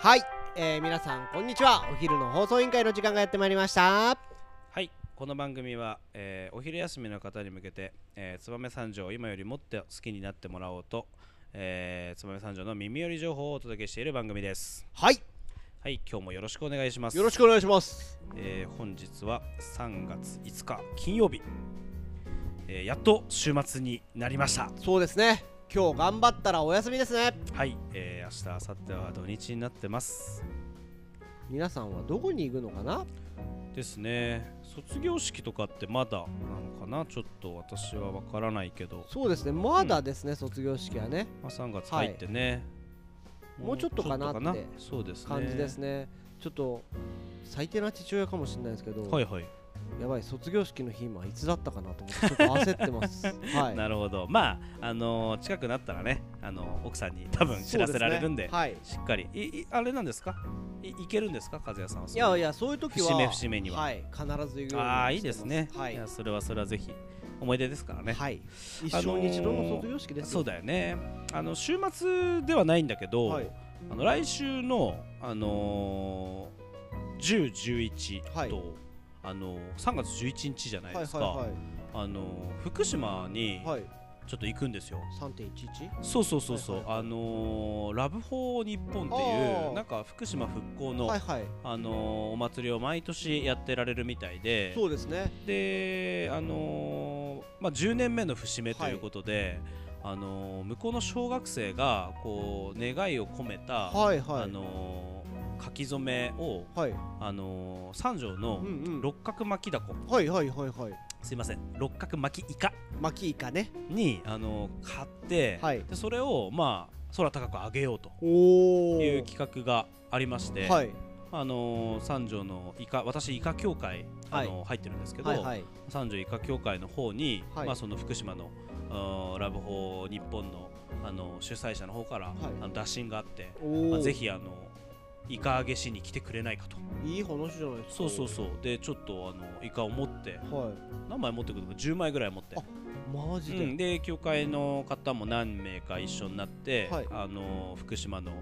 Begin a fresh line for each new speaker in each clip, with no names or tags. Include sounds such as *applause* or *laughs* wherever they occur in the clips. はい、えー、皆さんこんにちはお昼の放送委員会の時間がやってまいりました
はいこの番組は、えーお昼休みの方に向けて、えー、燕三条を今よりもっと好きになってもらおうと、えー、燕三条の耳寄り情報をお届けしている番組です
はい
はい今日もよろしくお願いします
よろしくお願いします
えー本日は3月5日金曜日、えーやっと週末になりました
そうですね今日頑張ったらお休みですね
はい、えー、明日明後日は土日になってます
皆さんはどこに行くのかな
ですね卒業式とかってまだなのかなちょっと私はわからないけど、
そうですねまだですね、卒業式はね
まあ、3月入ってね、
はいもうちょっとかなって
そうですね
感じですねちょっと最低な父親かもしれないですけど、
はいはい、
やばい卒業式の日今いつだったかなと思ってちょっと焦ってます
*laughs*
はい
なるほどまああのー近くなったらねあのー奥さんに多分知らせられるんで
そうすねはい
しっかりいいあれなんですかいいけるんですか和也さんはい
やいやそういう時は、
節目節目にはい
必ず行くようにしてます
ああいいですね、、
はいい
やそれはそれはぜひ思い出ですからね、
はい、一生に一度の卒業式です
そ
よ、
うだよねあの週末ではないんだけど、
はい
あの来週のあのー、1011と、
はい
あのー、3月11日じゃない
は
で
い
すか、
は
あのー福島
い
に
はいはい
ちょっと行くんですよ、
3.11
そうそうそうそう、
はいはいはい
あのーラブホー日本って
あ
い
ー
うなんか福島復興の、
はいはい
あのーお祭りを毎年やってられるみたいで
そうですね
であのーまあ10年目の節目ということで、あのー向こうの小学生がこう願いを込めた、
はいはい
あのー書き初めを
はい
あのー三条
う
の
んうん
六角巻きだこ、
はいはいはいはい
すいません六角巻きイカ
巻きイカね
にあのー買って、
はい
でそれをまあ空高く上げようと。
おお
いう企画がありまして、
はい
あのー三条のイカ私イカ協会、あのー入ってるんですけど、
はいはい
三条イカ協会の方に、
はい
まあその福島のあーラブホー日本のあのー主催者の方から、
い
あの打診があって、
お
ま
お
あ、ぜひあのイカ揚げしに来てくれないかと
いい話じゃないですか
そうそうそうでちょっとあのイカを持って
はい
何枚持ってくるのか10枚ぐらい持って
あマジで、
うん、で教会の方も何名か一緒になって、
はい
あのー福島の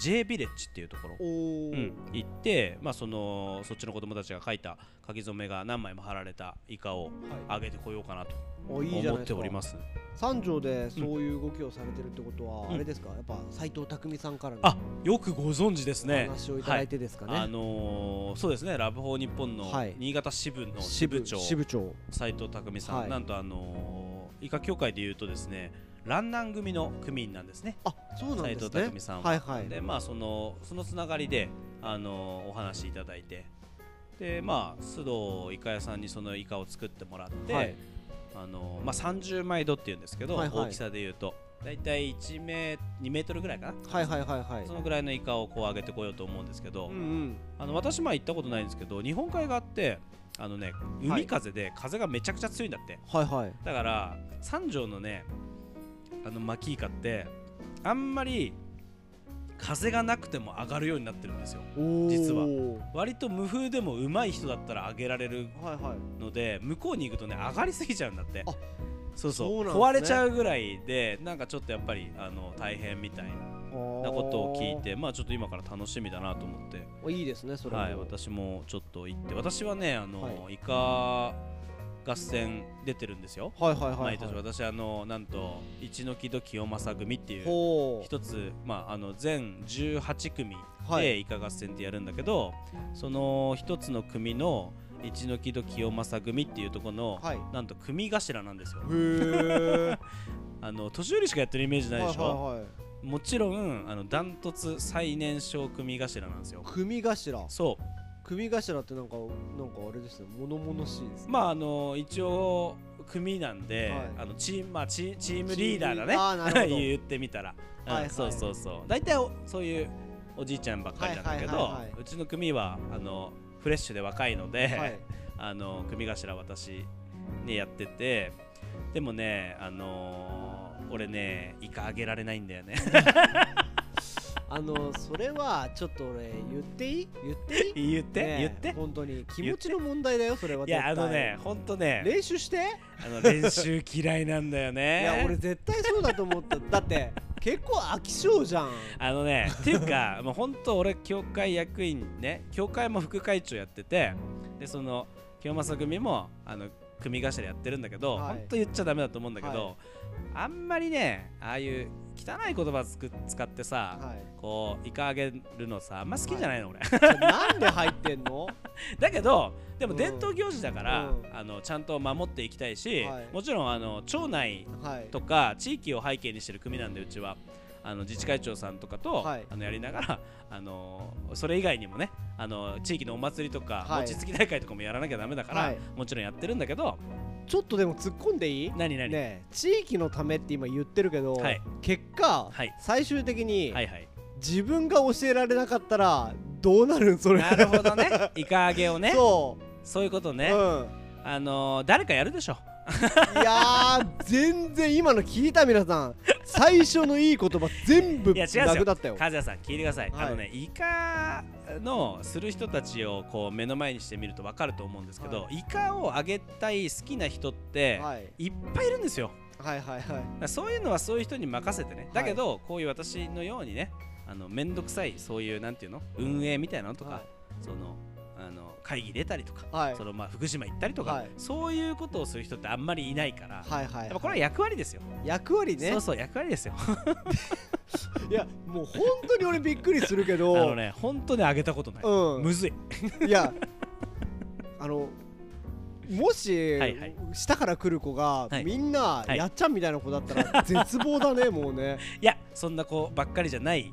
J ビレッジっていうところ
おお、
うん、行って、まあ、そのそっちの子供たちが書いた書き初めが何枚も貼られたイカを
は
あげてこようかなと
い、おいいじゃない
思っ
で
て
すか
おります
三条でそういう動きをされてるってことは、
うん
あれですかやっぱ斎藤匠さんからの
あよくご存知ですね
話をいただいてですかね、
はいあのーそうですねラブホー日本の
はい
新潟支部の支
支
部
部
長
支部長
斉藤匠さん、
はい
なんとあのーイカ協会でいうとですねランナン組の組員なんですね
あそうなん
斉
ですね
藤匠さんは、
はいはい
でまあそのそのつながりであのお話しいただいてでまあ須藤イカ屋さんにそのイカを作ってもらって、
はい
あのまあ30枚度っていうんですけど、
はいはい
大きさでいうと大体1メ2メートルぐらいかな、
はいはいはいはい
そのぐらいのイカをこう上げてこようと思うんですけど、
うんうん
あの私まあ行ったことないんですけど日本海側ってあのね海風で風がめちゃくちゃ強いんだって、
はいはい
だから三条のねあのマキイカってあんまり風がなくても上がるようになってるんですよ
おー
実は
は
割と無風でも上手い人だったら上げられる
いはい
ので向こうに行くとね上がりすぎちゃうんだって
あ
そうそう
そうなんですね
壊れちゃうぐらいでなんかちょっとやっぱりあの大変みたいな
な
ことを聞いてまあちょっと今から楽しみだなと思って
いいですねそれも
はい、私もちょっと行って私はねあの、
は
イカ合戦出てるんですよ
はいはいはい
毎
は
年
い
私あのなんと一ノ木戸清正組っていう
ほう
一つ、まあ、あの全18組
は
で
い
イカ合戦ってやるんだけど、その一つの組の一ノ木戸清正組っていうところの、
はいへ
なんと組頭なんですよ *laughs*
え
あの年寄りしかやってるイメージないでしょ、
はいはいはい
もちろんあのダントツ最年少組頭なんですよ
組頭
そう
組頭ってなんかなんかあれですね物々しいですね
まああの一応組なんで、
はい
あのチームまあチチームリーダーだね
あーなるほど
*laughs* 言ってみたら、うん
はいはい
そうそうそう大体おそういうおじいちゃんばっかりなんだけ
はい
ど、
はいはいはいう
ちの組はあのフレッシュで若いので、
はい
*laughs* あの組頭私ねやっててでもねあのー俺ねイカあげられないんだ
*laughs*
よね
あのそれはちょっと俺言っていい言っていい
言って、
ねえ
言って
本当に気持ちの問題だよそれはい絶
や
対
あのねほんとね
練習して
あの練習嫌いなんだよ
い
ね *laughs*
や俺絶対そうだと思っただって結構飽き性じゃん
あ
*laughs*
のね、っていうか、もう本当俺、教会役員ね、教会も副会長やってて、で、その、清正組も、あの、組頭やってるんだけど、
はい
本当言っちゃダメだと思うんだけど、
は
あんまりね、ああいう汚い言葉つく使ってさ、
はい
こう、いかあげるのさ、あんま好きじゃないの、俺。 *laughs*
それなんで入ってんの
だけど、で
う
も
ん
伝統行事だから、
うん
あのちゃんと守っていきたいし、
はい
もちろん、あの、町内
はい
とか地域を背景にしてる組なんでうちはあの自治会長さんとかと、
はい
あのやりながら *laughs* あのそれ以外にもねあの地域のお祭りとか、
はい
餅つき大会とかもやらなきゃダメだから、
はい
もちろんやってるんだけど
ちょっとでも突っ込んでいい
何何、
ねえ地域のためって今言ってるけど、
はい
結果、
はい
最終的に、
はいはい
自分が教えられなかったらどうなるんそれ
なるほどね *laughs* イカ揚げをねそう
*laughs* そ
いうこと
う、
ね、
うん、
あの誰かやるでしょ
いやー全然今の聞いた皆さん最初のいい言葉全部
いや違うんですよ
楽だったよ
和也さん聞いてください、
はい
あのねイカのする人たちをこう目の前にしてみると分かると思うんですけど、
は
イカをあげたい好きな人って、
はい、
いっぱいいるんですよ
はいはいはい
だからそういうのはそういう人に任せてねだけど、こういう私のようにねあのめんどくさいそういうなんていうの運営みたいなのとか、
はい
そのあの会議出たりとか、
はい
そのまあ福島行ったりとか、
はい
そういうことをする人ってあんまりいないから、
はいはい
やっぱこれは役割ですよ、
役割ね
そうそう役割ですよ
いやもう本当に俺びっくりするけ
*laughs* あ
ど
のね本当にあげたことない、
う
むずい
んいやあのもし、
はいはい
下から来る子が、
はい
みんな、
はい
やっちゃんみたいな子だったら絶望だ
*laughs*
ねもうね
いやそんな子ばっかりじゃない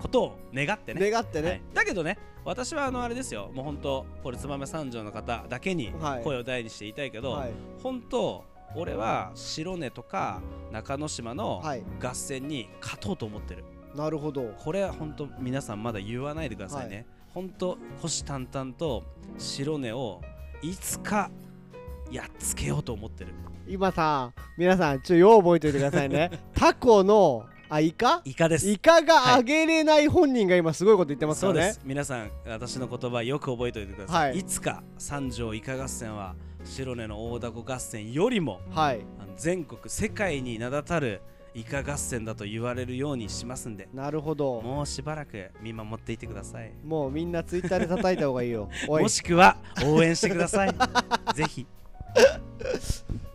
ことを願ってね
願って
はい
ね、、
だけどね私はあのあれですよもう本当これ燕三条の方だけに
はい
声を大にして言いたいけど、
はい
本当俺は白根とか中之島の
はい
合戦に勝とうと思ってる
なるほど
これは本当皆さんまだ言わないでくださいね、本当虎視眈々と白根をいつかやっつけようと思ってる
今さ皆さんちょっとよう覚えておいてください
*laughs*
ねタコのあイカ
イカです
イカがあげれない本人が今すごいこと言ってますか
そう
ら
で
ね
す皆さん私の言葉よく覚えておいてください、
はい
い、つか三条イカ合戦は白根の大凧合戦よりも
はい
あの全国世界に名だたるイカ合戦だと言われるようにしますんで
なるほど
もうしばらく見守っていてください
もうみんなツイッターで叩いた方がいいよおい
もしくは応援してくだ
*laughs*
さいぜひ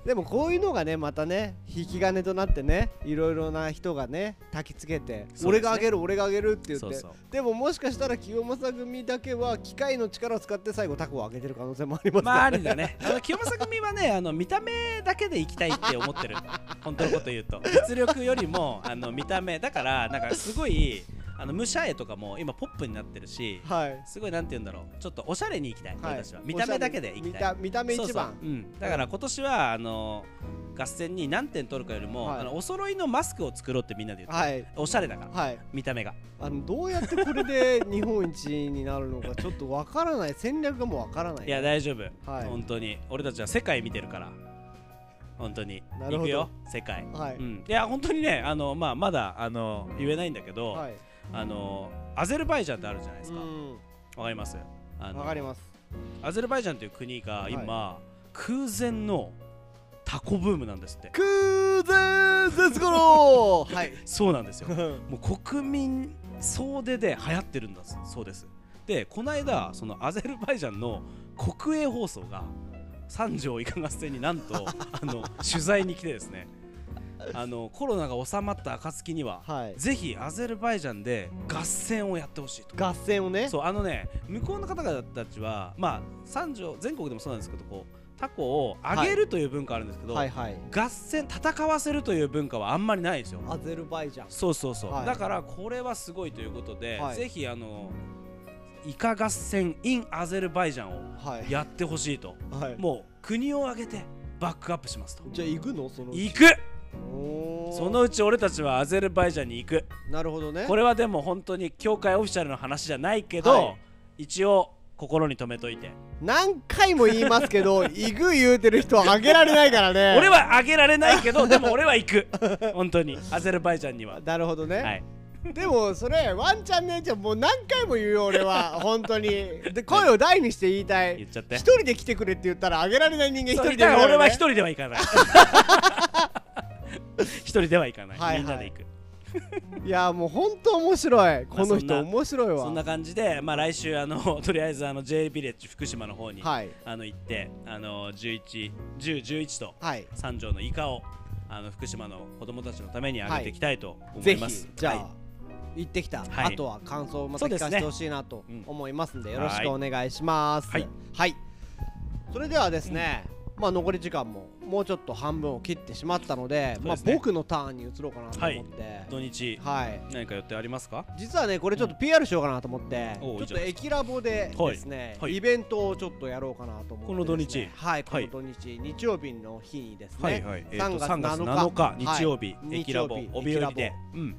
でもこういうのがねまたね引き金となってねいろいろな人がね焚きつけて、
すね
俺があげる俺があげるって言って
そうそう
でももしかしたら清正組だけは機械の力を使って最後タコをあげてる可能性もあります
まあ
か
あ
ら
り
ね、
だねあの清正組はねあの見た目だけで生きたいって思ってる本当のこと言うと実力よりもあの見た目だからなんかすごいあの武者絵とかも今ポップになってるし
はい
すごいなんて言うんだろうちょっとおしゃれに行きたい、
はい
私は見た目だけで行き
見
たい
た見た目一番
そうそううん、だから今年はあの合戦に何点取るかよりも、
はい
あのお揃いのマスクを作ろうってみんなで言ってる、
はい
おしゃれだから
はい
見た目が
あのどうやってこれで日本一になるのかちょっとわからない戦略がもうわからない
いや大丈夫、
はい
本当に俺たちは世界見てるから本当に
なるほど
行くよ世界、
はい、
うん、いや本当にねあの、まあ、まだあの言えないんだけど、
はい
あのアゼルバイジャンってあるじゃないですか
う
わかりますあ
ん
の
わかります
アゼルバイジャンという国が今、空前のタコブームなんですって
クーゼンゼスゴロー
*laughs*
はい
そうなんですよもう国民総出で流行ってるんだそうですでこの間そのアゼルバイジャンの国営放送が三条いか合戦になんと
*laughs*
あの取材に来てですねあのコロナが収まった暁には、
はい
ぜひアゼルバイジャンで合戦をやってほしいと
合戦をね
そうあのね向こうの方々たちはまあ三条全国でもそうなんですけどこうタコを揚げるという文化あるんですけど、
はいはい
合戦戦わせるという文化はあんまりないんですよ
アゼルバイジャン
そうそうそう、
はい
だからこれはすごいということで、
はい
ぜひあのイカ合戦 in アゼルバイジャンを
はい
やってほしいと
はい
もう国を挙げてバックアップしますと
じゃあ行くのそのうち
行く
おー
そのうち俺たちはアゼルバイジャンに行く
なるほどね
これはでも本当に教会オフィシャルの話じゃないけど、
はい
一応心に留めといて、
何回も言いますけ
*laughs*
ど行く言うてる人はあげられないからね
俺はあげられないけどでも俺は行く *laughs* 本当にアゼルバイジャンには
なるほどね、
はい
でもそれワンちゃん姉ちゃんもう何回も言うよ俺は本当にで声を大にして言いた
言っ
い
ちゃって
一人で来てくれって言ったらあげられない人間一
そ
人で
う
いる
だから
ね *laughs*
俺は一人では行かない一人では行かない、
はいはい
みんなで行く
いやもうほんと面白い
まあ
この
そ
人
んな
面白いわ
そんな感じで、まあ、来週あの *laughs* とりあえずあの J ビレッジ福島の方に、
はい
あの行ってあの1110、11と
はい
三条のイカをあの福島の子供たちのためにあげていきたいと思
ぜ
い
ひ
ます。
じゃあ、
はい
行ってきた、
はい
あとは感想をまた
そうで
聞
す
か
ね
せてほしいなと
うん
思いますんでよろしくお願いします
はい、
はいそれではですね、まあ残り時間ももうちょっと半分を切ってしまったので
そう
まあ
ですね
僕のターンに移ろうかなと思って、
土日
はい
何か予定ありますか？
実はねこれちょっと PR しようかなと思って、
おう
ち
い
ょっ
いじゃ
と
ない
エ
です
キラボでですね、
はいはい
イベントをちょっとやろうかなと思って、
この土日
ですねはいこ
は
の
い
土日、日曜日の日にですね、
はい。えっ、
3
と
月
3月
7
7日
日
日曜日、
はい
エキラボ
日曜日
帯寄り
エ
で
キ、
うん。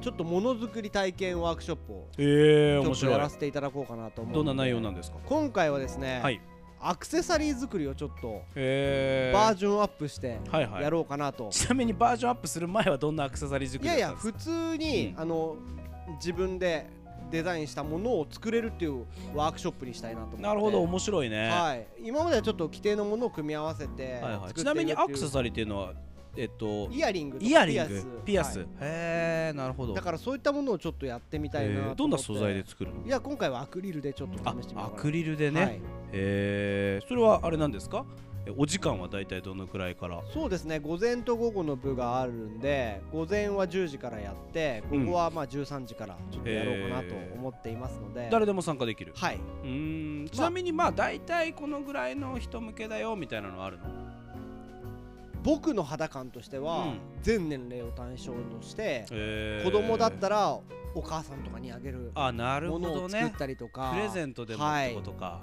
ちょっとものづくり体験ワークショップを
ええ
ちょ
面
っとや
白
ら
い。
せていただこうかなと思う
どんな内容
の
な
で
んですか？
今回はですね、
はい。
アクセサリー作りをちょっと
ええ
バージョンアップして
はいはい
やろうかなと、い
ちなみにバージョンアップする前はどんなアクセサリー作りだ
や
っ
い
た
や
んですか
普通に、
うん
あの自分でデザインしたものを作れるっていうワークショップにしたいなと思って
なるほど面白いね、
はい、今まではちょっと規定のものを組み合わせて
はいはい
作って
ちなみにアクセ
ス
サリーっていうのはえっと
イヤリングとか
イヤリングピ
ピ
ア
ア
ス
ス,、
へ
は
えなるほど
いだからそういったものをちょっとやってみたいなと思って
えーどんな素材で作るの
いや今回はアクリルでちょっと
あ
試してみよう
ア
かな
クリルでね、
はい
えーそれはあれなんですかえお時間はだいたいどのくらいから
そうですね午前と午後の部があるんで午前は10時からやって午後はまあ13時からちょっとやろうかなと思っていますので、
誰でも参加できる
はいう
ーんちなみにまあだいたいこのぐらいの人向けだよみたいなのはあるの
僕の肌感としては、
うん
全年齢を対象として、
えー
子供だったらお母さんとかにあげる
あなる
も
ほ
の
ど
を作っ
ね
たりとか、
プレゼントでもってことか、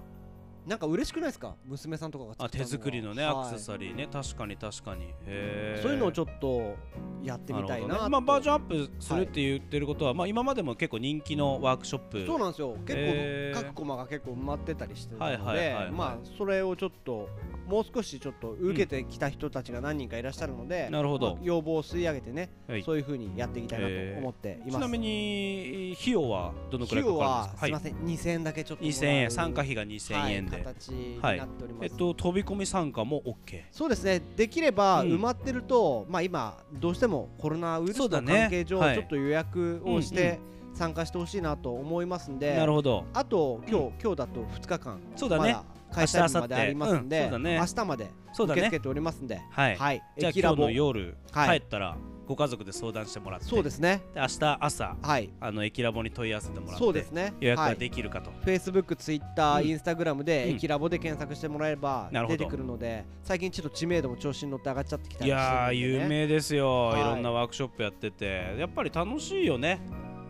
なんか嬉しくないですか娘さんとかが作
あ
った
手作りのね、アクセ
リ
サリーね確かに確かにへ
そういうのをち
ょっ
ょっとやってみたいな
まあ、バージョン
ン
アップするって言ってることは、まあ、今までも結構人気のワークショップ
そうなんですよ結構、
へー
各コマが結構埋まってたりしてたので、
はいはいはいはい
まあそれをちょっともう少しちょっと受けてきた人たちが何人かいらっしゃるので、
なるほど
まあ要望を吸い上げてね、
はい
そういうふうにやっていきたいなと思ってい
ち
ます
なみに費用はどのく
費
らいか
用
か
はすい
るんで
ます
か
せん、2000円だけちょっともらう
2000円参加費が2000円で、
はい、形になっております、
えっと飛び込み参加も OK
そうですねできれば
うん
埋まってると、まあ今どうしてもコロナウイルス
そ
の
うだ
関
ね
係上、
はい
ちょっと予約をし
うんう
て参加してほしいなと思いますんで、
なるほど
あと今日、今日だと2日間
そうだね
まだ開催日まで
明日明後日
ありますんで、
うんそうだね
明日まで
そう
受
だ
け付
ね
けておりますんで、
はい、
はい、
じゃあ
駅ラ
今日
ボ
の夜、
はい
帰ったらご家族で相談してもらって
そうですね
で明日朝
はい
あの駅ラボに問い合わせてもらって
そうですね
予約
は
が
い
できるかと、
Facebook、Twitter、
うん
Instagram で
うん
駅ラボで検索してもらえれば
なるほ
出
ど
てくるので、最近ちょっと知名度も調子に乗って上がっちゃってきた
い
りして
や
るん
ー
で、ね、
有名ですよ、
はい
い、ろんなワークショップやっててやっぱり楽しいよね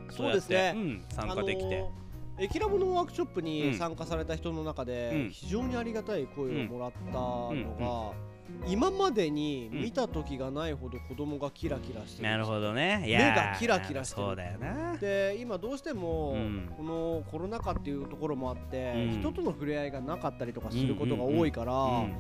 そ
そうう
や
で
っ
す
て
ね
うん、参加できて、
あのーエキラボのワークショップ
う
に
ん
参加された人の中で、
うん
非常にありがたい声をもらった
うん
のが、今までに見た時がないほど子供がキラキラしてる
なるほどねい
目
やー
がキラキラしてる
そうだよな
で今どうしても、
うん
このコロナ禍っていうところもあって、
うん
人との触れ合いがなかったりとかすることが多いから、
うん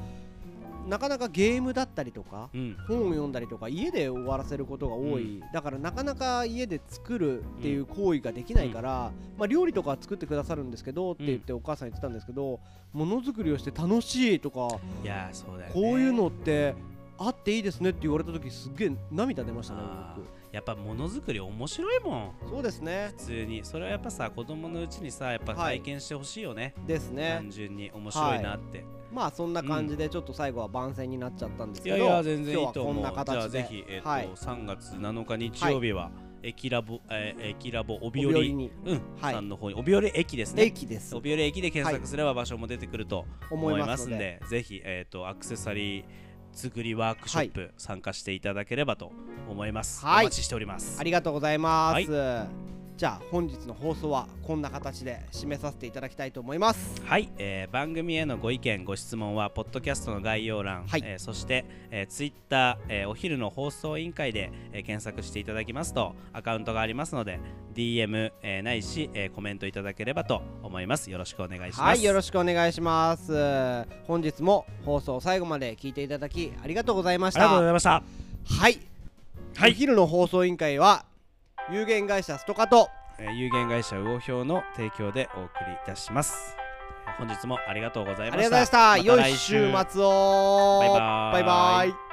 なかなかゲームだったりとか
うん
本を読んだりとか家で終わらせることが多い、だからなかなか家で作るっていう行為ができないから、まあ、料理とかは作ってくださるんですけどって言ってお母さん言ってたんですけどものづくりをして楽しいとか
いやーそうだよね
こういうのってあっていいですねって言われた時すっげえ涙出ましたね
あーやっぱものづくり面白いもん
僕そうですね
普通にそれはやっぱさ子供のうちにさやっぱ
はい
体験してほしいよね、
ですね
単純に面白いなって、
まあそんな感じでちょっと最後は番宣になっちゃったんです
い
け
や
ど
いや全然いいと思う
今日はこんな
じゃあ
形で
ぜひ、えーと
はい
3月7日日曜日は、駅ラボ、えー、駅ラボ帯寄り
に
うん、
はい
さんの方に帯寄り駅ですね
駅です
帯寄り駅で検索すれば場所も出てくると
思
思
い
い
ま
ますす
の
ん
で
で、ぜひ、えー、とアクセサリー作りワークショップ参加していただければと思います、
はい
お待ちしております
ありがとうございます、じゃあ本日の放送はこんな形で締めさせていただきたいと思います
はい、えー番組へのご意見ご質問はポッドキャストの概要欄、
はい
えーそして、えー、ツイッター、えーお昼の放送委員会で、えー検索していただきますとアカウントがありますので DM、えーないし、えーコメントいただければと思いますよろしくお願いします
はいよろ
しく
しくお願いします本日も放送最後まで聞いていただきありがとうございま
あ
し
りがとうござ
た
いました
はい、
はい
お昼の放送委員会は有限会社ストカと
えー有限会社魚評の提供でお送りいたしますえー本日もありがとうござ
あ
い
りがとう
ま
ご
した
ざいました
ま
良
た
い週
来週
末を
バイバーイ
バイバイ